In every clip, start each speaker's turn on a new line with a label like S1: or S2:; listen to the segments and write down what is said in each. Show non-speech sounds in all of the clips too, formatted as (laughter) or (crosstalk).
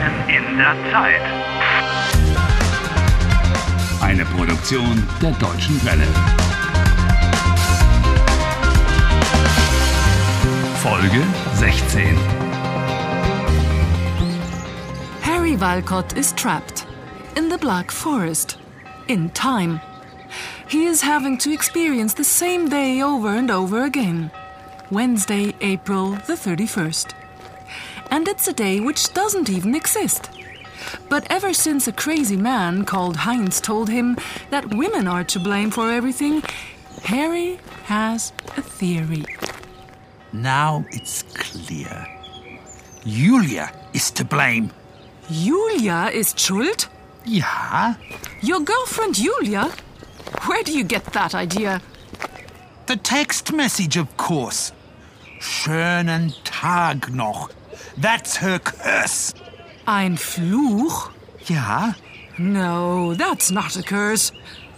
S1: der Zeit.
S2: Eine Produktion der Deutschen Welle. Folge 16.
S3: Harry Walcott is trapped in the Black Forest in time. He is having to experience the same day over and over again. Wednesday, April the 31st. And it's a day which doesn't even exist. But ever since a crazy man called Heinz told him that women are to blame for everything, Harry has a theory.
S4: Now it's clear. Julia is to blame.
S3: Julia is schuld?
S4: Ja,
S3: Your girlfriend Julia? Where do you get that idea?
S4: the text message, of course. Schönen Tag noch. That's her curse.
S3: Ein Fluch?
S4: Ja,
S3: No, that's not a curse.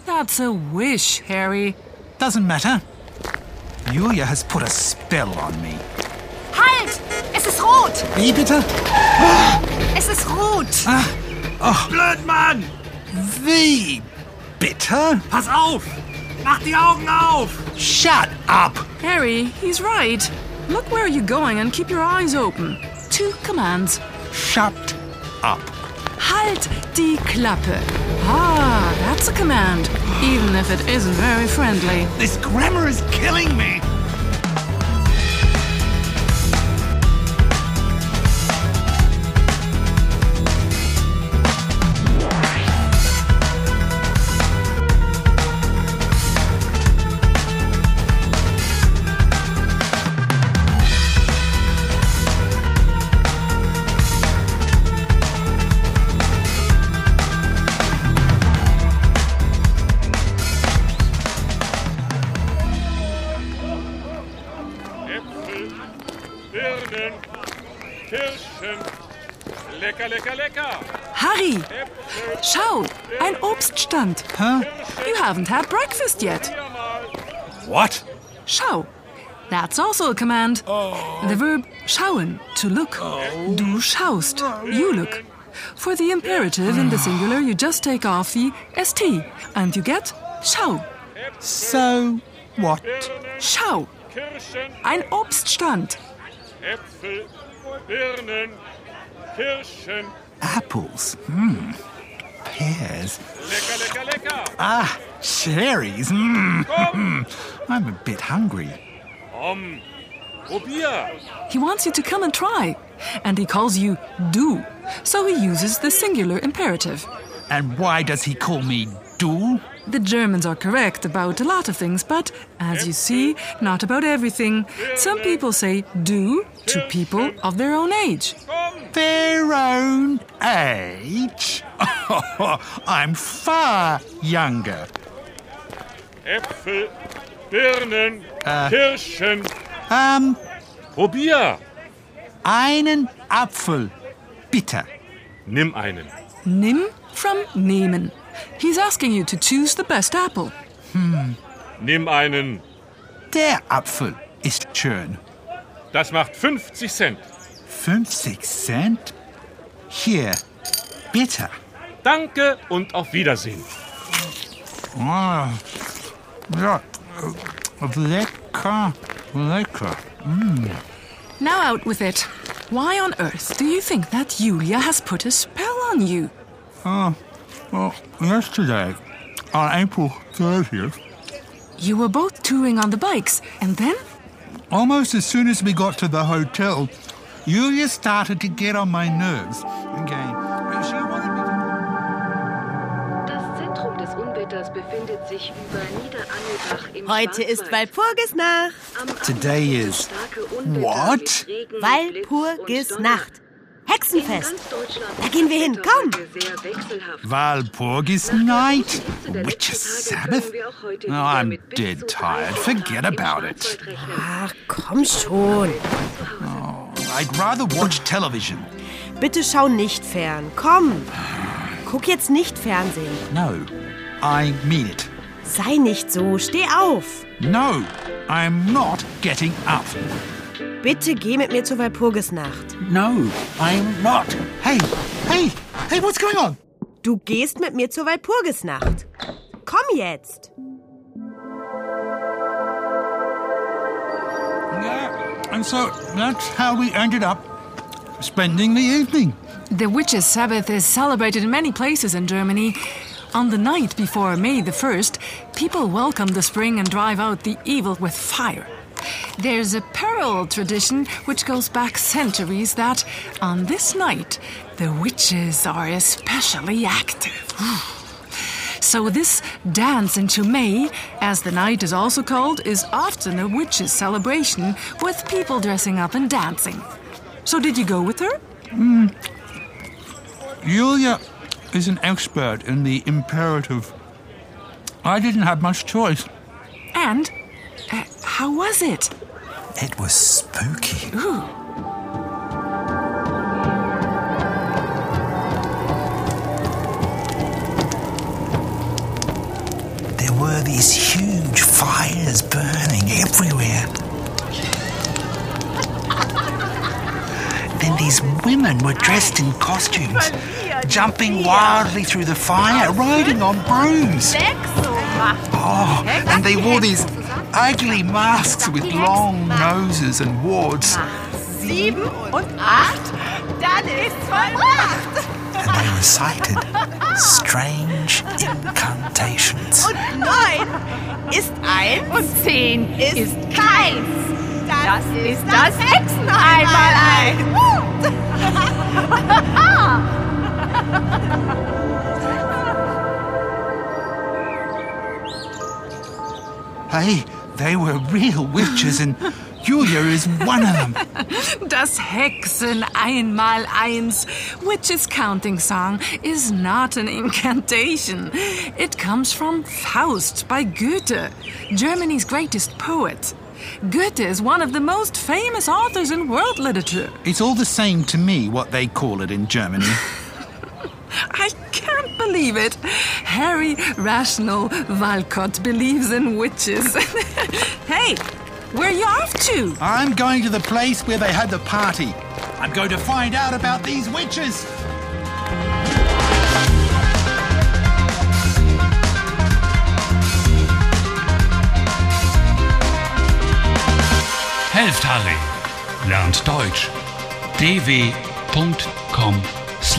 S3: That's a wish, Harry.
S4: doesn't matter. Julia has put a spell on me.
S5: Halt! Es ist rot!
S4: Wie bitte?
S5: Es ist rot!
S3: Ah.
S1: Blödmann!
S4: Wie bitte?
S1: Pass auf! Mach die Augen auf!
S4: Shut up.
S3: Harry, he's right. Look where you're going and keep your eyes open. Two commands.
S4: Shut up.
S3: Halt die Klappe. Ah, that's a command, even if it isn't very friendly.
S4: This grammar is killing me.
S6: Äpfel, Birnen, Kirschen. Lecker, lecker, lecker.
S3: Harry! Schau, ein Obststand.
S4: Huh?
S3: You haven't had breakfast yet.
S6: Hier mal.
S4: What?
S3: Schau. That's also a command. The verb schauen, to look. Du schaust, you look. For the imperative in the singular, you just take off the st and you get schau.
S4: So what?
S3: Schau,
S6: Kirschen,
S3: ein Obststand.
S6: Äpfel, Birnen, Kirschen.
S4: Apples. Hmm. Pears.
S6: Lecker, lecker, lecker.
S4: Ah, cherries. Mm. I'm a bit hungry.
S6: Komm, probier.
S3: He wants you to come and try. And he calls you du. So he uses the singular imperative.
S4: And why does he call me Du?
S3: The Germans are correct about a lot of things, but as you see, not about everything. Some people say do to people of their own age.
S4: Their own age? (laughs) I'm far younger.
S6: Äpfel, Birnen, Kirschen.
S4: Um,
S6: Probier.
S4: einen Apfel, bitte.
S6: Nimm einen.
S3: Nimm from nehmen. He's asking you to choose the best apple.
S6: Nimm einen.
S4: Der Apfel ist schön.
S6: Das macht 50 Cent.
S4: 50 Cent? Hier, bitte.
S6: Danke und auf Wiedersehen.
S4: Ah, ja, lecker, lecker.
S3: Now out with it. Why on earth do you think that Julia has put a spell on you?
S4: Well, Ah, oh, yesterday, on April 30th,
S3: You were both touring on the bikes, and then
S4: almost as soon as we got to the hotel, Yulia started to get on my nerves. Okay. She wanted me to
S7: Das Zentrum des Unwetters befindet sich über Niederangelbach im
S8: Heute ist
S7: Schwarzwald.
S8: Walpurgisnacht.
S7: Am Abend
S4: Today is-
S7: starke Unwetter
S4: What?
S7: mit Regen, Blitz und
S8: Walpurgisnacht.
S7: Donner.
S8: Hexenfest.
S7: Ganz Deutschland
S8: Da gehen wir hin,
S7: ist das
S8: komm.
S7: Wetter heute sehr wechselhaft.
S4: Walpurgis night? Witches Sabbath? No, I'm dead tired. Forget about it.
S8: Ach, Ah, komm schon.
S4: I'd rather watch television.
S8: Bitte schau nicht fern. Komm. Guck jetzt nicht Fernsehen.
S4: No, I mean it.
S8: Sei nicht so. Steh auf.
S4: No, I'm not getting up.
S8: Bitte geh mit mir zur Walpurgisnacht.
S4: No, I'm not. Hey, hey, Hey, what's going on?
S8: Du gehst mit mir zur Walpurgisnacht. Komm jetzt.
S4: Yeah. And so that's how we ended up spending the evening.
S3: The Witches' Sabbath is celebrated in many places in Germany. On the night before May the 1st, people welcome the spring and drive out the evil with fire. There's a parallel tradition which goes back centuries that, on this night, the witches are especially active. (sighs) So, this dance into May, as the night is also called, is often a witches' celebration with people dressing up and dancing. So, did you go with her?
S4: Julia is an expert in the imperative. I didn't have much choice.
S3: And uh, how was it?
S9: It was spooky. There were these huge fires burning everywhere. Then these women were dressed in costumes, jumping wildly through the fire, riding on brooms.
S5: Weg so machen.
S9: Oh, and they wore these ugly masks with long noses and wards.
S5: Sieben und acht. Dann ist vollbracht.
S9: And they recited strange incantations.
S5: Und neun ist eins. Und zehn ist, keins. Das, ist das Hexen einmal ein.
S4: Hey, they were real witches, and Julia is one of them.
S3: Das Hexen einmal eins, witches counting song, is not an incantation. It comes from Faust by Goethe, Germany's greatest poet. Goethe is one of the most famous authors in world literature.
S4: It's all the same to me what they call it in Germany.
S3: I can't believe it. Harry Rational Walcott believes in witches. (laughs) hey, where you off to?
S4: I'm going to the place where they had the party. I'm going to find out about these witches.
S2: Helft Harry. Lernt Deutsch. dw.com/harry.